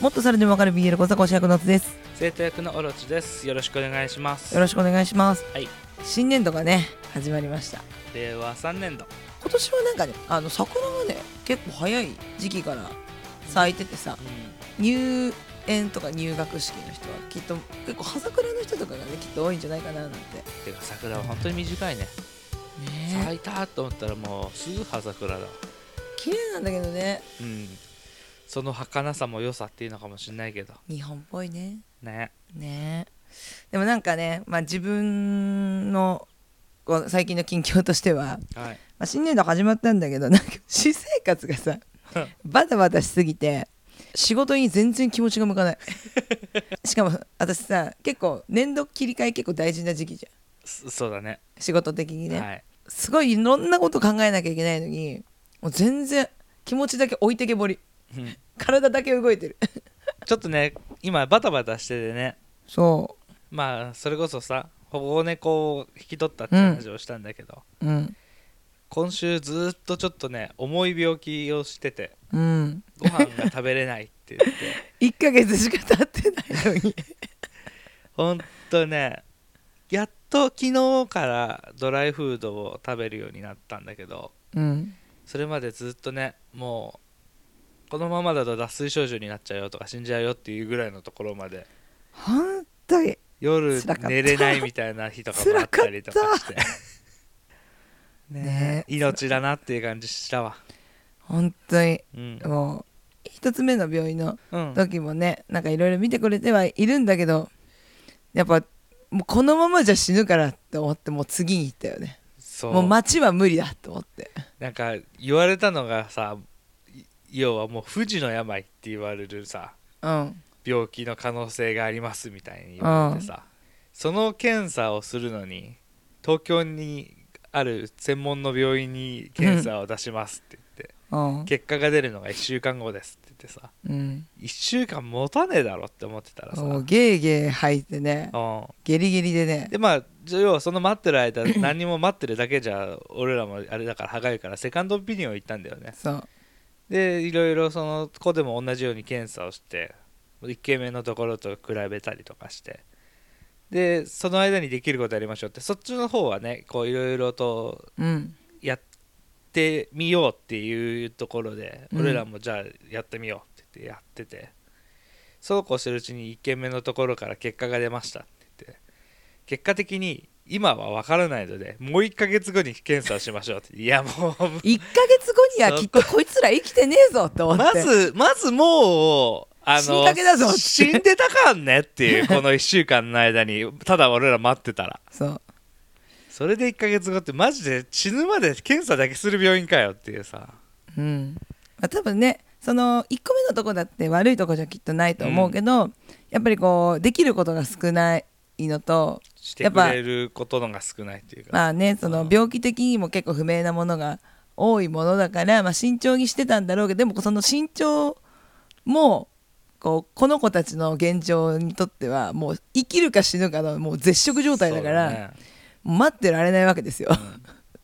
もっとそれでもわかる BL 講座講師役のつです生徒役のオロチです。よろしくお願いします。よろしくお願いしますはい新年度がね始まりました令和3年度。今年はなんかねあの桜がね結構早い時期から咲いててさ入園とか入学式の人はきっと結構葉桜の人とかがねきっと多いんじゃないかななんててか桜は本当に短いね。咲いたと思ったらもうすぐ葉桜だ。綺麗なんだけどねうん。その儚さも良さっていうのかもしれないけど。日本っぽいねね。ねでもなんかね、まあ、自分のこう最近の近況としては、はい。まあ、新年度始まったんだけどなんか私生活がさバタバタしすぎて仕事に全然気持ちが向か ないしかも私さ結構年度切り替え結構大事な時期じゃそそうだね。ん仕事的にね、はい。すごいいろんなこと考えなきゃいけないのにもう全然気持ちだけ置いてけぼりうん体だけ動いてるちょっとね、今バタバタしててね。そまあ、それこそさ、保護猫を引き取ったって話をしたんだけど、ううん今週ずーっとちょっとね、重い病気をしてて、うんご飯が食べれない って言って。 1ヶ月しか経ってないのにほんとねやっと昨日からドライフードを食べるようになったんだけど うんそれまでずっとねもうこのままだと脱水症状になっちゃうよとか死んじゃうよっていうぐらいのところまで本当に夜辛かった寝れないみたいな日とかもあったりとかして ねえ命だなっていう感じしたわ本当にうん、もう一つ目の病院のうん、時もねなんかいろいろ見てくれてはいるんだけどやっぱもうこのままじゃ死ぬからって思ってもう次に行ったよねそうもう街は無理だと思ってなんか言われたのがさい要はもう不治の病って言われるさうん病気の可能性がありますみたいに言われてさ、その検査をするのに東京にある専門の病院に検査を出しますって言って、うん結果が出るのが1週間後ですって言ってさうん1週間持たねえだろって思ってたらさ、もうゲーゲー吐いてねうゲリゲリでねんでまあじゃあ要はその待ってる間何も待ってるだけじゃ俺らもあれだから歯がゆいからセカンドオピニオン行ったんだよねそうでいろいろその子でも同じように検査をして1軒目のところと比べたりとかしてでその間にできることやりましょうってそっちの方はねこういろいろとうんやってみようっていうところで、うん俺らもじゃあやってみようって言ってやっててそうこうしてるうちに1軒目のところから結果が出ましたって言って結果的に今は分からないのでもう1ヶ月後に検査をしましょうっていやもう1ヶ月後にはきっとこいつら生きてねえぞって思ってまず、まずもう、あの、死にかけだぞって死んでたかんねっていう、この1週間の間に、ただ俺ら待ってたら。そうそれで1ヶ月後って、マジで死ぬまで検査だけする病院かよっていうさ。うんまあ、多分ねその1個目のとこだって悪いとこじゃきっとないと思うけど、やっぱりこうできることが少ないのとしてくれることのが少ないっていうか。まあねその病気的にも結構不明なものが多いものだから、まあ、慎重にしてたんだろうけどでもその慎重もこうこの子たちの現状にとってはもう生きるか死ぬかのもう絶食状態だからそうだねもう待ってられないわけですよ。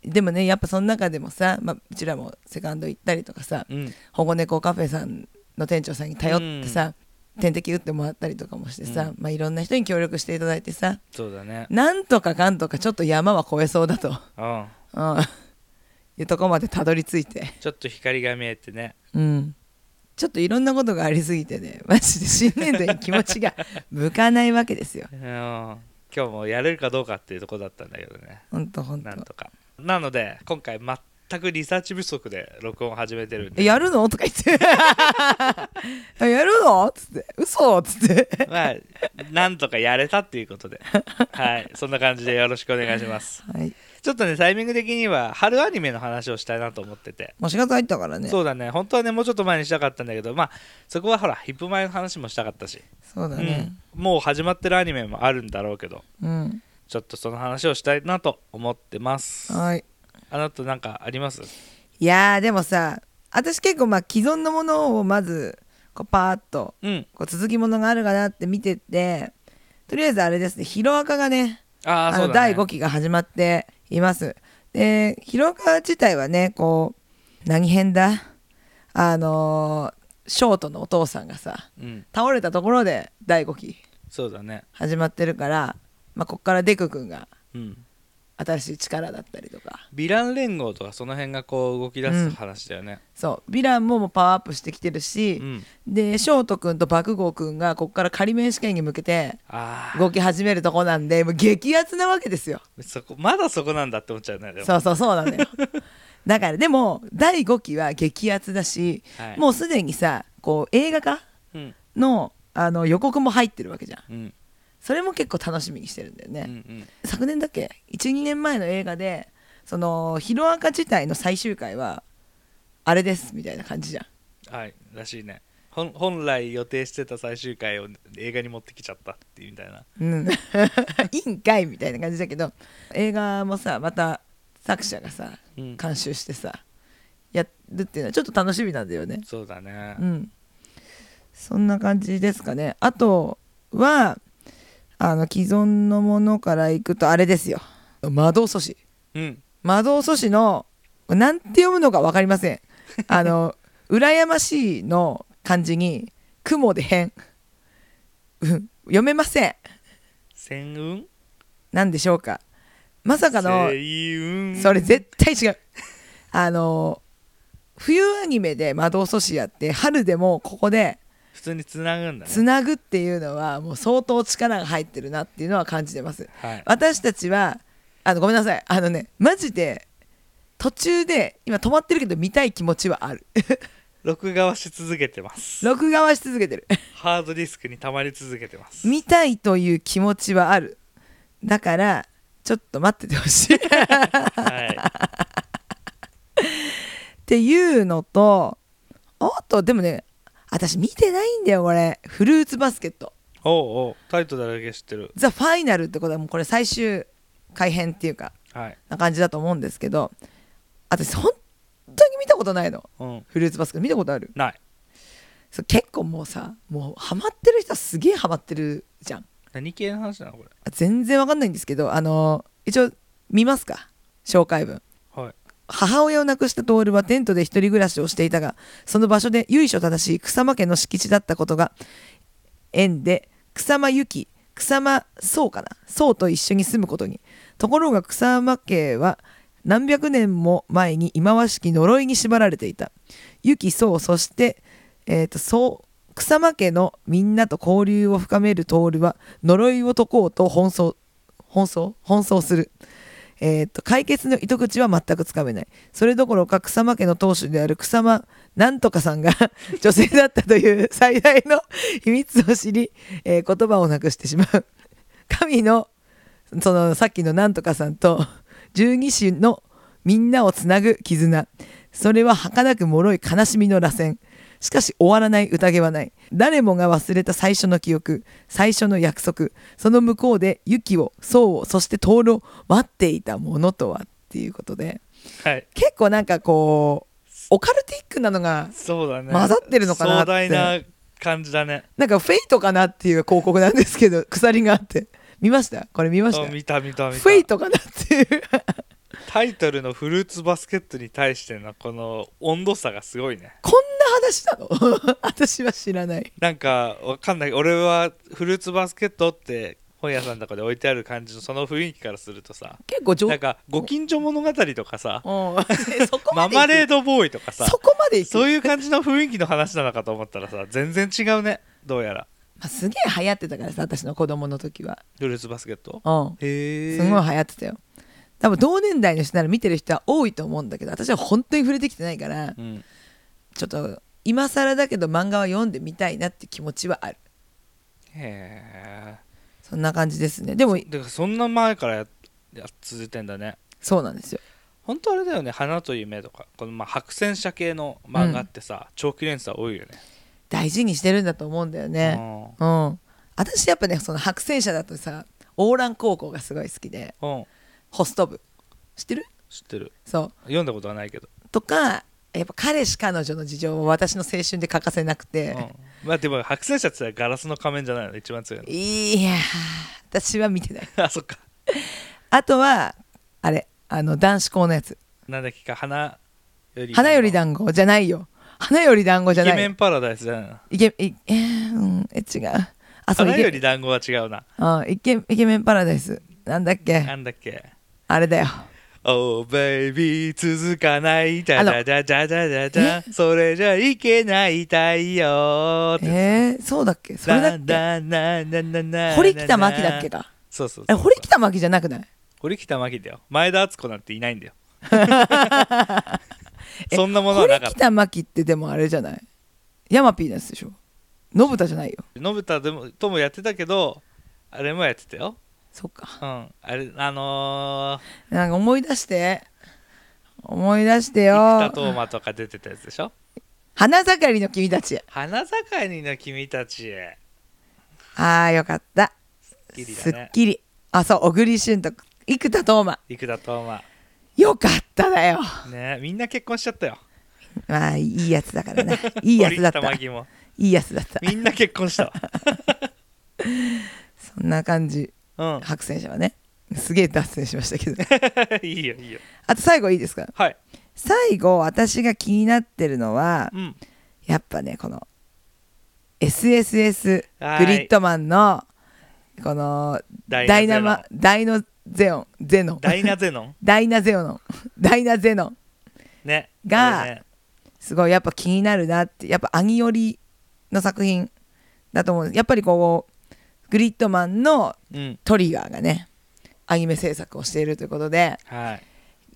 でもねやっぱその中でもさ、まあ、うちらもセカンド行ったりとかさ、うん。保護猫カフェさんの店長さんに頼ってさ、点滴打ってもらったりとかもしてさ、うんまあ、いろんな人に協力していただいてさそうだね。なんとかかんとかちょっと山は越えそうだと、うん。うん、 いうとこまでたどり着いて、ちょっと光が見えてね。うん、ちょっといろんなことがありすぎてね マジで新年度に気持ちが向かないわけですよ。うん。今日もやれるかどうかっていうとこだったんだけどね。ほんとほんとなんとか。なので、今回全くリサーチ不足で録音を始めてるんえで。やるのとか言って 「やるの?」っつって「嘘っつって まあ、なんとかやれたっていうこと で。はい。そんな感じでよろしくお願いします。はい ちょっとね、タイミング的には、春アニメの話をしたいなと思ってて。もう4月入ったからねそうだね。本当はね、もうちょっと前にしたかったんだけど、まあ、そこはほら、ヒップ前の話もしたかったし。そうだねうん。もう始まってるアニメもあるんだろうけど、うん、ちょっとその話をしたいなと思ってます。あはいなたなんかありますいやーでもさ私結構まあ既存のものをまずこうパーッとうん。こう続きものがあるかなって見ててとりあえずあれですね「ヒロアカ」がねああ、あそうのだ、ね。第5期が始まっています。で「ヒロアカ」自体はねこう何編だあのーショートのお父さんがさうん倒れたところで第5期そうだね始まってるから、まあ、こっからデク君がうん新しい力だったりとかヴィラン連合とかその辺がこう動き出す話だよねそうヴィランももうパワーアップしてきてるうし、んでショート君と爆豪君がこっから仮面試験に向けてあ動き始めるとこなんでもう激アツなわけですよあそこまだそこなんだって思っちゃうねでもそうそうそうなんだ よだからでも第5期は激アツだし、はいもうすでにさこう映画化うんのあの予告も入ってるわけじゃんうんそれも結構楽しみにしてるんだよね、うんうん昨年だっけ12年前の映画でそのヒロアカ自体の最終回はあれですみたいな感じじゃんはいらしいねほん本来予定してた最終回を映画に持ってきちゃったっていうみたいな うん、いいんかいみたいな感じだけど映画もさまた作者がさうん監修してさやるっていうのはちょっと楽しみなんだよねそうだねうんそんな感じですかねあとはあの既存のものからいくとあれですよ魔導素子うん魔導素子のなんて読むのか分かりませんあの 「羨ましい」の漢字に「雲で変」 うん読めません戦運なんでしょうかまさかの星雲それ絶対違うあの冬アニメで「魔導素子」やって春でもここで普通につなぐんだねつなぐっていうのはもう相当力が入ってるなっていうのは感じてますはい私たちはあのごめんなさいあのねマジで途中で今止まってるけど見たい気持ちはある 録画はし続けてます録画はし続けてるハードディスクに溜まり続けてます見たいという気持ちはあるだからちょっと待っててほ しいっはいていうのとあとでもね私見てないんだよこれフルーツバスケットおうおうタイトルだけ知ってるザ・ファイナルってことはもうこれ最終改編っていうかはいな感じだと思うんですけど私本当に見たことないのうんフルーツバスケット見たことあるないそう結構もうさもうハマってる人はすげえハマってるじゃん何系の話なのこれ全然わかんないんですけどあの一応見ますか紹介文はい母親を亡くしたトールはテントで一人暮らしをしていたがその場所で由緒正しい草間家の敷地だったことが縁で草間由紀草間そうかなそうと一緒に住むことにところが草間家は何百年も前に忌まわしき呪いに縛られていた由紀そうそして、えー、とそう草間家のみんなと交流を深めるトールは呪いを解こうと奔走奔走奔走するえーと解決の糸口は全くつかめないそれどころか草間家の当主である草間なんとかさんが 女性だったという 最大の秘密を知り、えー言葉をなくしてしまう神のそのさっきのなんとかさんと 十二支のみんなをつなぐ絆それは儚く脆い悲しみの螺旋しかし終わらない宴はない誰もが忘れた最初の記憶最初の約束その向こうで雪を層をそして灯籠を待っていたものとはっていうことではい結構なんかこうオカルティックなのがそうだね混ざってるのかなって壮大な感じだねなんかフェイトかなっていう広告なんですけど鎖があって見ましたこれ見ましたあ見た見た見たフェイトかなっていうタイトルの「フルーツバスケット」に対してのこの温度差がすごいねこんな話なの 私は知らないなんかわかんない俺は「フルーツバスケット」って本屋さんとかで置いてある感じのその雰囲気からするとさ結構上なんかご近所物語とかさうん そこまで行くママレードボーイとかさそこまでいくそういう感じの雰囲気の話なのかと思ったらさ全然違うねどうやらまあ、すげえ流行ってたからさ私の子供の時はフルーツバスケットうんへえすごい流行ってたよ多分同年代の人なら見てる人は多いと思うんだけど私は本当に触れてきてないからうん、ちょっと今更だけど漫画は読んでみたいなって気持ちはあるへそんな感じですねでもえだからそんな前からやや続いてんだねそうなんですよ本当あれだよね「花と夢」とかこのまあ白戦車系の漫画ってさ、長期連載多いよね大事にしてるんだと思うんだよねうん私やっぱねその白戦車だとさオーラン高校がすごい好きでうん、うん、ホスト部知ってる知ってるそう読んだことはないけど、とかやっぱ彼氏彼女の事情は私の青春で欠かせなくうて、ん、まあでも白戦車ってさガラスの仮面じゃないの一番強いいやー私は見てないのあそっかあとはあれあの男子校のやつなんだっけか花よ「り花より団子」じゃないよ花より団子じイゃケなメいンパラダイスだなイケイえーうんえ違うあそうイ花よケり団子は違うなあイケイケメンパラダイスなんだっけなんだっけあれだよ Oh baby 続かないじあゃじのゃじゃじゃじゃじゃじゃそれじゃいけない太陽ってえー、そうだっけそれだっけななななな堀北真希だっけかそうそうえそう堀北真希じゃなくない堀北真希だよ前田敦子なんていな いんだよそんなものは堀なかった北真希ってでもあれじゃないヤマピーのやつでしょ信太じゃないよ信太でもともやってたけどあれもやってたよそっかうんあれあのなんか思い出して思い出してー、生よ田斗真とか出てたやつでしょ花盛りの君たち花盛りの君たちああよかった好きすだっねきりあそう小栗旬と生田斗真生田斗真よかっただよねみんな結婚しちゃったよまあいいやつだ からないいやつだったい堀北真希もいやつだったみんな結 婚したそんな感じ わ白戦者はねすげえ脱線しましたけどうんいいよいいよあと最後いいですかはい最後私が気になってるのはうんやっぱねこの SSS はグいリッドマンのこのダダイイナナマダイノゼオンゼノンダイナゼノンダイナゼオノンダイナゼノンねがあれねすごいやっぱ気になるなってやっぱアニ寄りの作品だと思うんですやっぱりこうグリッドマンのうんトリガーがねアニメ制作をしているということではい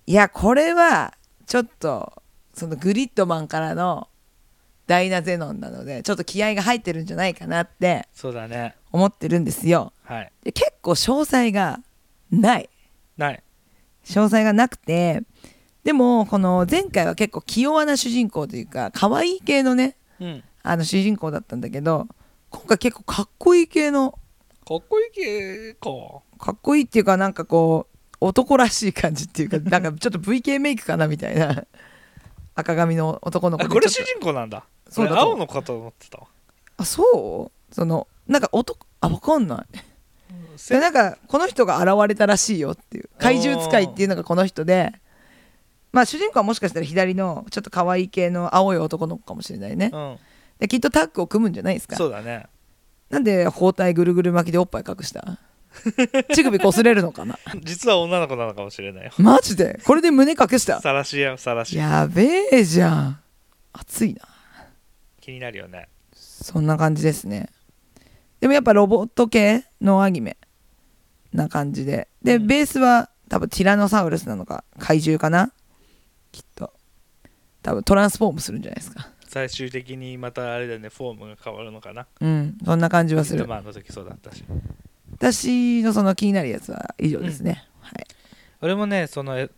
いやこれはちょっとそのグリッドマンからのダイナゼノンなのでちょっと気合が入ってるんじゃないかなってそうだね思ってるんですよはいで結構詳細がないない詳細がなくてでもこの前回は結構気弱な主人公というか可愛い系のねうんあの主人公だったんだけど今回結構かっこいい系のかっこいい系かかっこいいっていうかなんかこう男らしい感じっていうかなんかちょっと VK メイクかなみたいな赤髪の男の子あでこれち主ょっと人公なんだそそううだと青のかと思ってたわあそうそのなんか男あわかんないでなんかこの人が現れたらしいよっていう怪獣使いっていうのがこの人でまあ主人公はもしかしたら左のちょっと可愛い系の青い男の子かもしれないねうんできっとタッグを組むんじゃないですかそうだねなんで包帯ぐるぐる巻きでおっぱい隠した乳首擦れるのかな実は女の子なのかもしれないよマジでこれで胸隠したさらしやさらしやべえじゃん熱いな気になるよねそんな感じですねでもやっぱロボット系のアニメな感じででベースは多分ティラノサウルスなのか怪獣かなきっと多分トランスフォームするんじゃないですか最終的にまたあれだよねフォームが変わるのかなうんそんな感じはすヒットるマンの時そうだったし私のその気になるやつは以上ですね、はい俺もねそのえ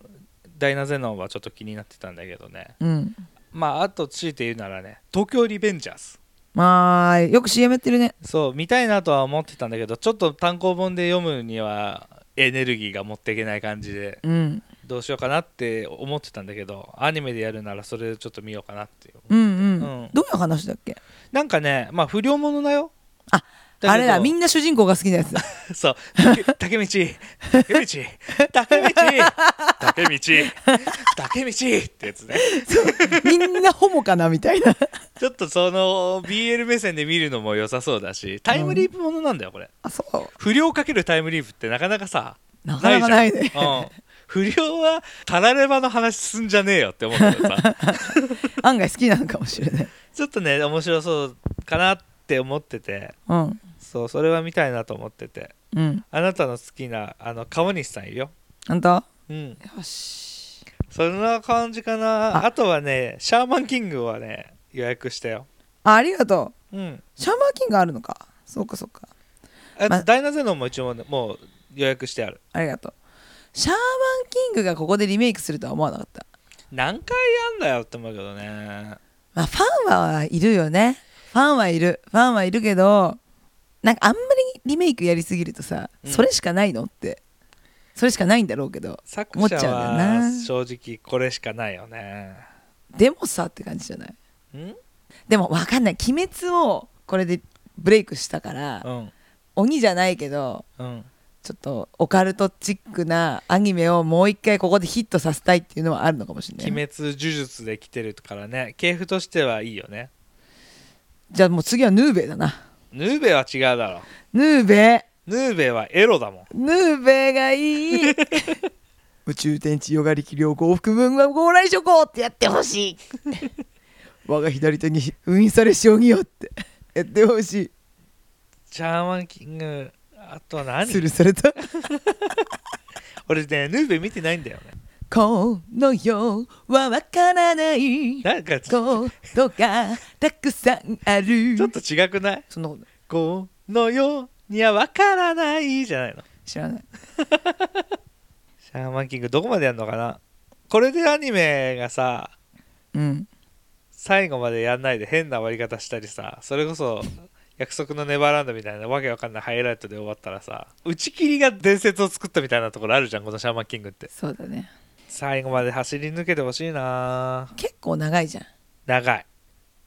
ダイナゼノンはちょっと気になってたんだけどねうんまああと強いて言うならね東京リベンジャーズまあよく CM やってるねそう見たいなとは思ってたんだけどちょっと単行本で読むにはエネルギーが持っていけない感じでうんどうしようかなって思ってたんだけどアニメでやるならそれちょっと見ようかなっていううんうん、うんどういう話だっけなんかねまあ不良ものだよあけどあれだみんな主人公が好きなやつだそう 竹竹道竹道竹道竹道竹道ってやつねみんなホモかなみたいなちょっとその BL 目線で見るのも良さそうだしタイムリープものなんだよこれあそう不良かけるタイムリープってなかなかさなかなかないねじゃんうん不良はたらればの話すんじゃねえよって思ったけど さ案外好きなのかもしれないちょっとね面白そうかなって思っててうんそうそれは見たいなと思っててうんあなたの好きなあの川西さんいるよ本当うんよしそんな感じかなああとはねシャーマンキングはね予約したよあありがとうんうシャーマーキンがあるのかそうかそうかあまとダイナゼノンも一応ねもう予約してあるありがとうシャーマンキングがここでリメイクするとは思わなかった何回やんだよって思うけどねまあファンはいるよねファンはいるファンはいるけどなんかあんまりリメイクやりすぎるとさ、うんそれしかないのってそれしかないんだろうけど作思っち者ゃうんだよはな正直これしかないよねでもさって感じじゃないんでもわかんない鬼滅をこれでブレイクしたからうん鬼じゃないけどうんちちょっとオカルトチックなアニメをもう一回ここでヒットさせたいっていうのはあるのかもしれない鬼ね、滅呪術で来てるからね系譜としてはいいよねじゃあもう次はヌーベイだなヌーベは違うだろヌーベヌーベはエロだもんイヌーベイがいい宇宙天地よがりき両幸福分は号来諸行ってやってほしい我が左手に封印され将棋よってやってほしいジャーマンキングあとは何吊るされた俺ねヌーベ見てないんだよねこの世はわからないなんかちことがたくさんあるちょっと違くないそんなことないこの世にはわからないじゃないの知らないシャーマンキングどこまでやんのかなこれでアニメがさうん最後までやんないで変な終わり方したりさそれこそ約束のネバーランドみたいなわけわかんないハイライトで終わったらさ打ち切りが伝説を作ったみたいなところあるじゃんこのシャーマンキングってそうだね最後まで走り抜けてほしいな結構長いじゃん長い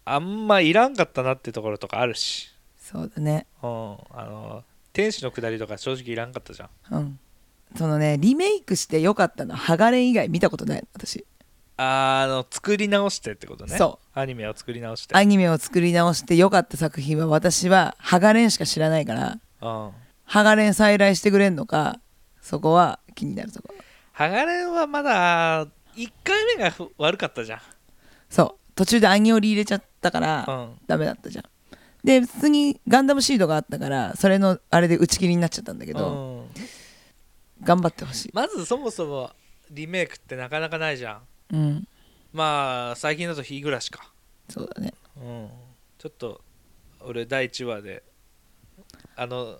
あんまいらんかったなってところとかあるしそうだねうんあの天使の下りとか正直いらんかったじゃんうんそのねリメイクしてよかったのはハガレン以外見たことない私あの作り直してってことねそうアニメを作り直してアニメを作り直してよかった作品は私はハガレンしか知らないからうんハガレン再来してくれんのかそこは気になるとこハガレンはまだ1回目がふ悪かったじゃんそう途中でアニオリ入れちゃったから、うんダメだったじゃんで普通にガンダムシードがあったからそれのあれで打ち切りになっちゃったんだけど、うん頑張ってほしい、まずそもそもリメイクってなかなかないじゃんうん、まあ最近だと日暮らしかそうだねうんちょっと俺第1話であの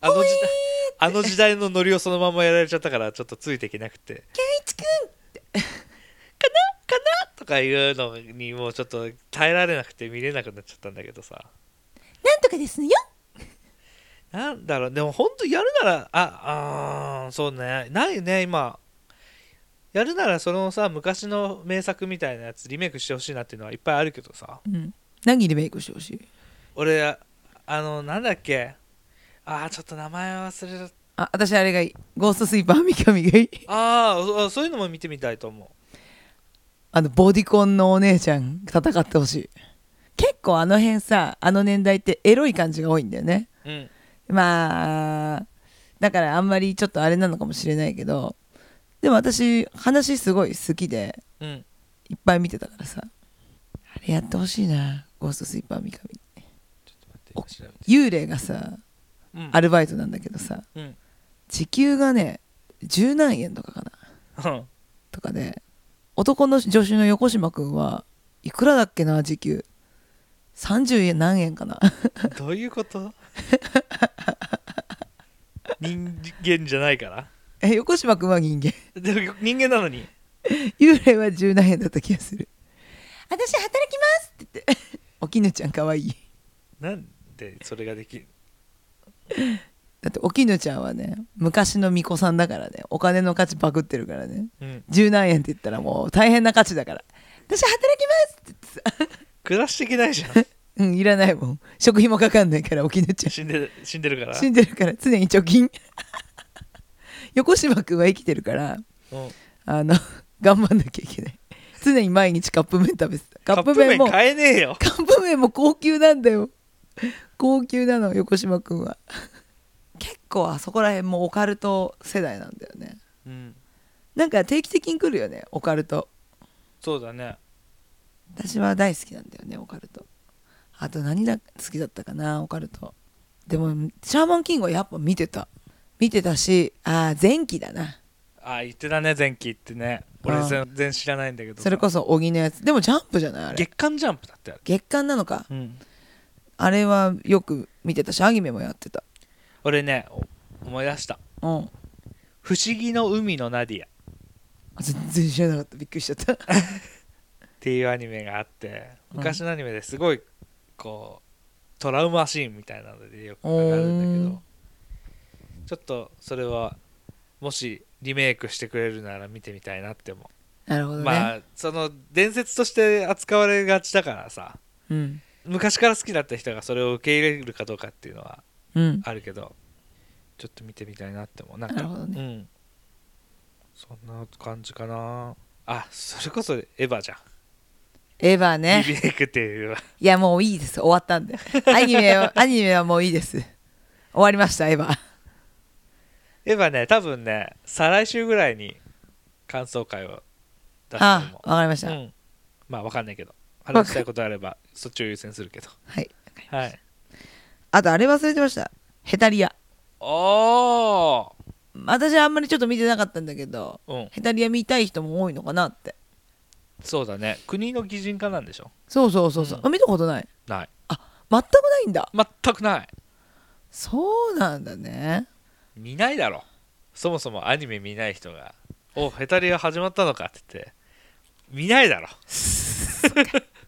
あの時代あの時代のノリをそのままやられちゃったからちょっとついていけなくて 圭一くんとかいうのにもうちょっと耐えられなくて見れなくなっちゃったんだけどさなんとかですよなんだろうでも本当やるならああーそうねないね今やるならそのさ昔の名作みたいなやつリメイクしてほしいなっていうのはいっぱいあるけどさうん、何リメイクしてほしい俺ああのなんだっけああちょっと名前忘れたあ私あれがいいゴーストスイーパー三上がいいあーそそういうのも見てみたいと思あのボディコンのお姉ちゃん戦ってほしい結構あの辺さあの年代ってエロい感じが多いんだよねううんまあだからあんまりちょっとあれなのかもしれないけどでも私話すごい好きでうんいっぱい見てたからさあれやってほしいなゴーストスイーパー三上ちょっと待って調べて幽霊がさうんアルバイトなんだけどさうん時給がね十何円とかかなとかで男の助手の横島くんはいくらだっけな時給30円何円かな どういうこと人間じゃないからえ横島くんは人間 でも人間なのに幽霊は十何円だった気がする私働きますって言って おきぬちゃんかわいいなんでそれができるだっておきぬちゃんはね昔の巫女さんだからねお金の価値パクってるからねうん十何円って言ったらもう大変な価値だから私働きますって言ってさ暮らしていけないじゃんうんいらないもん食費もかかんないからおきぬ ちゃん死んでる死んでるから死んでるから常に貯金 横島くんは生きてるからうんあの 頑張んなきゃいけない常に毎日カップ麺食べてたカカッッププ麺麺もカッ買えねえよプ麺も高級なんだよ高級なの横島くんは結構あそこら辺もオカルト世代なんだよねうんなんか定期的に来るよねオカルトそうだね私は大好きなんだよねオカルトあと何が好きだったかなオカルトでもシャーマンキングはやっぱ見てた見てたしああ前期だなああ言ってたね前期ってね俺あー全然知らないんだけどさそれこそ小木のやつでもジャンプじゃないあれ月刊ジャンプだってあれ月刊なのかうんあれはよく見てたしアニメもやってた俺ねお思い出したうん「不思議の海のナディア」あ全然知らなかったびっくりしちゃったっていうアニメがあってうん昔のアニメですごいこうトラウマシーンみたいなのでよくかかるんだけおーどちょっとそれはもしリメイクしてくれるなら見てみたいなって思 なるほう、どね、まあその伝説として扱われがちだからさうん昔から好きだった人がそれを受け入れるかどうかっていうのはうんあるけどちょっと見てみたいなって思うなんかなるほどねうんそんな感じかなあそれこそエヴァじゃんエヴァリねメイクっていうエヴァいやもういいです終わったん でアニメはアニメはもういいです終わりましたエヴァエヴァね多分ね再来週ぐらいに感想会を出すとあ思わかりました、う、うん、まあわかんないけど話したいことあればそっちを優先するけどはいはいあとあれ忘れてましたヘタリアおー私はあんまりちょっと見てなかったんだけどうんヘタリア見たい人も多いのかなってそうだね国の擬人化なんでしょそうそうそうそう、うんあ見たことないない全くないんだ全くないそうなんだね見ないだろそもそもアニメ見ない人が「おヘタリア始まったのか」って言って見ないだろ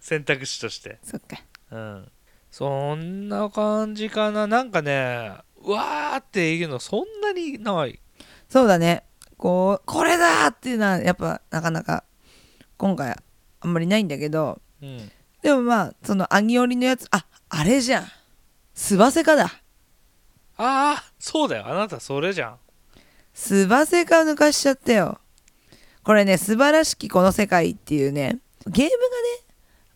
選択肢としてそっかうんそんな感じかななんかねうわーっていうのそんなにないそうだねこうこれだーっていうのはやっぱなかなか今回あんまりないんだけどうんでもまあそのアギオリのやつああれじゃんスバセカだああそうだよあなたそれじゃんスバセカ抜かしちゃったよこれね「素晴らしきこの世界」っていうねゲームがね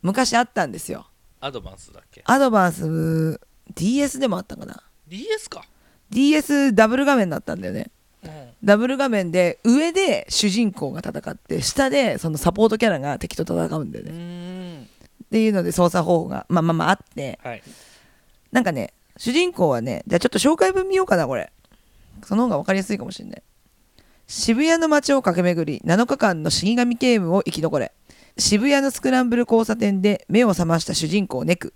昔あったんですよアドバンスだっけアドバンス DS でもあったかな DS か DS ダブル画面だったんだよねうんダブル画面で上で主人公が戦って下でそのサポートキャラが敵と戦うんだよね、んっていうので操作方法がまあまあまああってはいなんかね主人公はねじゃあちょっと紹介文見ようかなこれその方が分かりやすいかもしれない渋谷の街を駆け巡り7日間の死神ゲームを生き残れ渋谷のスクランブル交差点で目を覚ました主人公ネク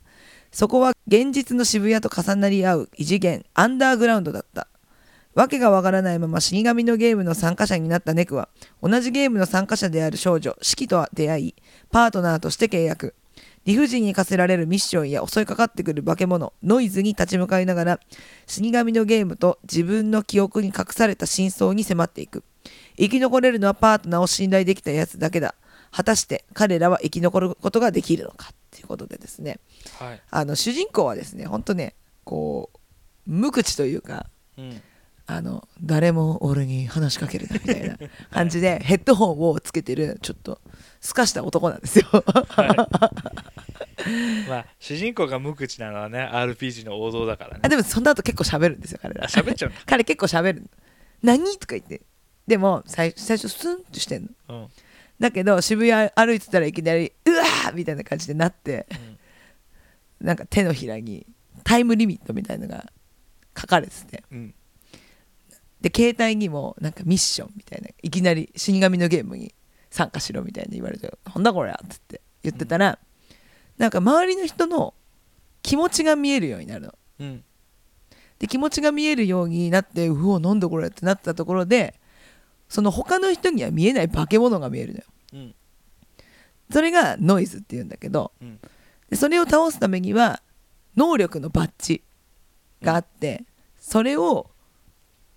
そこは現実の渋谷と重なり合う異次元アンダーグラウンドだったわけがわからないまま死神のゲームの参加者になったネクは同じゲームの参加者である少女四季と出会いパートナーとして契約理不尽に課せられるミッションや襲いかかってくる化け物ノイズに立ち向かいながら死神のゲームと自分の記憶に隠された真相に迫っていく生き残れるのはパートナーを信頼できたやつだけだ果たして彼らは生き残ることができるのかということでですねはいあの主人公はですね本当ねこう無口というかうんあの誰も俺に話しかけるなみたいな感じでヘッドホンをつけてるちょっとすかした男なんです よ。まあ主人公が無口なのはね RPG の王道だからねあでもその後結構喋るんですよ彼らあ喋っちゃうんだ 彼結構喋る何とか言ってでも最最初スンとしてんのうん、うん、だけど渋谷歩いてたらいきなり「うわー!」みたいな感じでなってなんか手のひらにタイムリミットみたいのが書かれててうん、で携帯にもなんかミッションみたいないきなり「死神のゲームに参加しろ」みたいに言われて「なんだこれ!」っつって言ってたら、なんか周りの人の気持ちが見えるようになるの。うん、で気持ちが見えるようになってうおなんだこれってなったところでその他の人には見えない化け物が見えるのようん、それがノイズっていうんだけどうん、でそれを倒すためには能力のバッジがあって、それを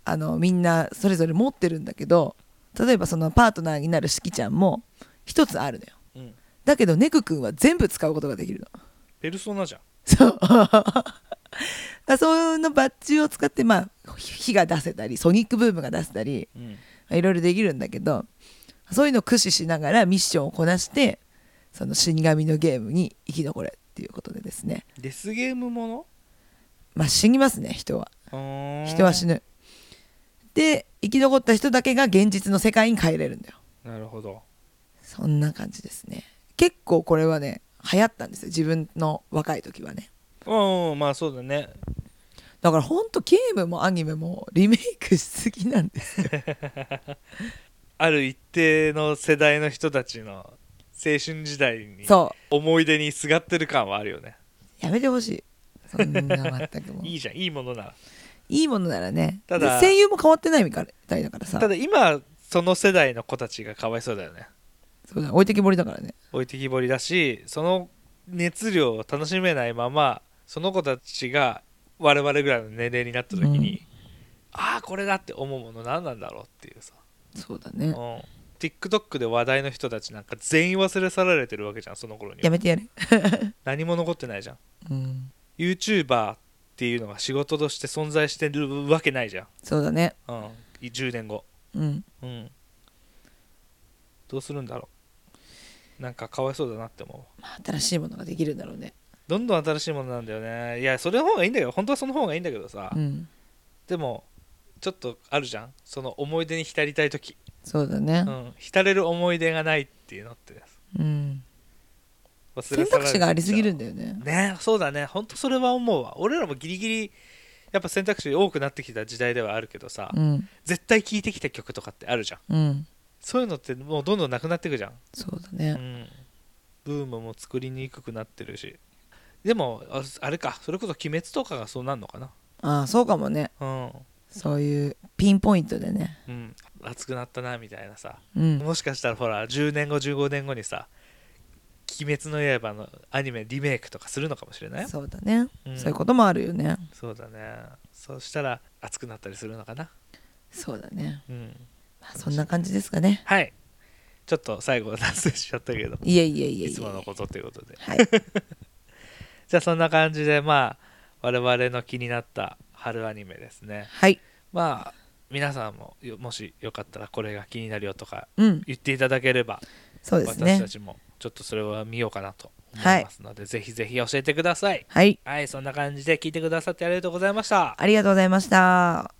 あのみんなそれぞれ持ってるんだけど例えばそのパートナーになるしきちゃんも一つあるのようん。だけどネク君は全部使うことができるのペルソナじゃん。そう。 そういうのバッジを使って、まあ、火が出せたり、ソニックブームが出せたり、うん、まあいろいろできるんだけど、そういうのを駆使しながらミッションをこなして、その死神のゲームに生き残れっていうことでですね。デスゲームもまあ死にますね、人は。の人は死ぬ。ぬ。で、生き残った人だけが現実の世界に帰れるんだよ。なるほど。そんな感じですね。結構これはね、流行ったんですよ。自分の若い時はね。うんうん、まあそうだね。だからほんとゲームもアニメもリメイクしすぎなんですよある一定の世代の人たちの青春時代にそ思い出にすがってる感はあるよね。うやめてほしいそんな全くもう いいじゃん、いいものなら。いいものならねただで声優も変わってないみたいだからさただ今、その世代の子たちがかわいそうだよね。そうだ置いてきぼりだからね置いてきぼりだし、その熱量を楽しめないまま、その子たちが我々ぐらいの年齢になった時に、うんああ、これだって思うもの何なんだろうっていうさ。そうだねうん、TikTok で話題の人たちなんか全員忘れ去られてるわけじゃんその頃にやめてやる、何も残ってないじゃんうん、 YouTuber っていうのが仕事として存在してるわけないじゃん、そうだねうん、い10年後、うんうん、どうするんだろうなんかかわいそうだなって思うまあ新しいものができるんだろうねどんどん新しいものなんだよねいやそれの方がいいんだけど本当はその方がいいんだけどさ、うんでもちょっとあるじゃんその思い出に浸りたい時、そうだねうん、浸れる思い出がないっていうのってうん忘選れ去ら択れちゃう肢がありすぎるんだよねねそうだね本当それは思うわ俺らもギリギリやっぱ選択肢多くなってきた時代ではあるけどさ、うん絶対聴いてきた曲とかってあるじゃんうんそういうのってもうどんどんなくなってくじゃん、そうだうねん、ブームも作りにくくなってるしでもああれかそれこそ「鬼滅」とかがそうなんのかなああそうかもねうん、そういうピンポイントでねうん、熱くなったなみたいなさうんもしかしたらほら10年後15年後にさ「鬼滅の刃」のアニメリメイクとかするのかもしれないよ、そうだねうんそういうこともあるよねそうだねそうしたら熱くなったりするのかなそうだねうんまあそんな感じですかねはいちょっと最後脱線しちゃったけどいえいえいえいいえつものことということではいじゃあそんな感じでまあ我々の気になった春アニメですねはいまあ皆さんもよもしよかったらこれが気になるよとかうん言っていただければ、そうです私ねたちもちょっとそれは見ようかなと思いますので、ぜひぜひ教えてくださいはいはいそんな感じで聞いてくださってありがとうございましたありがとうございました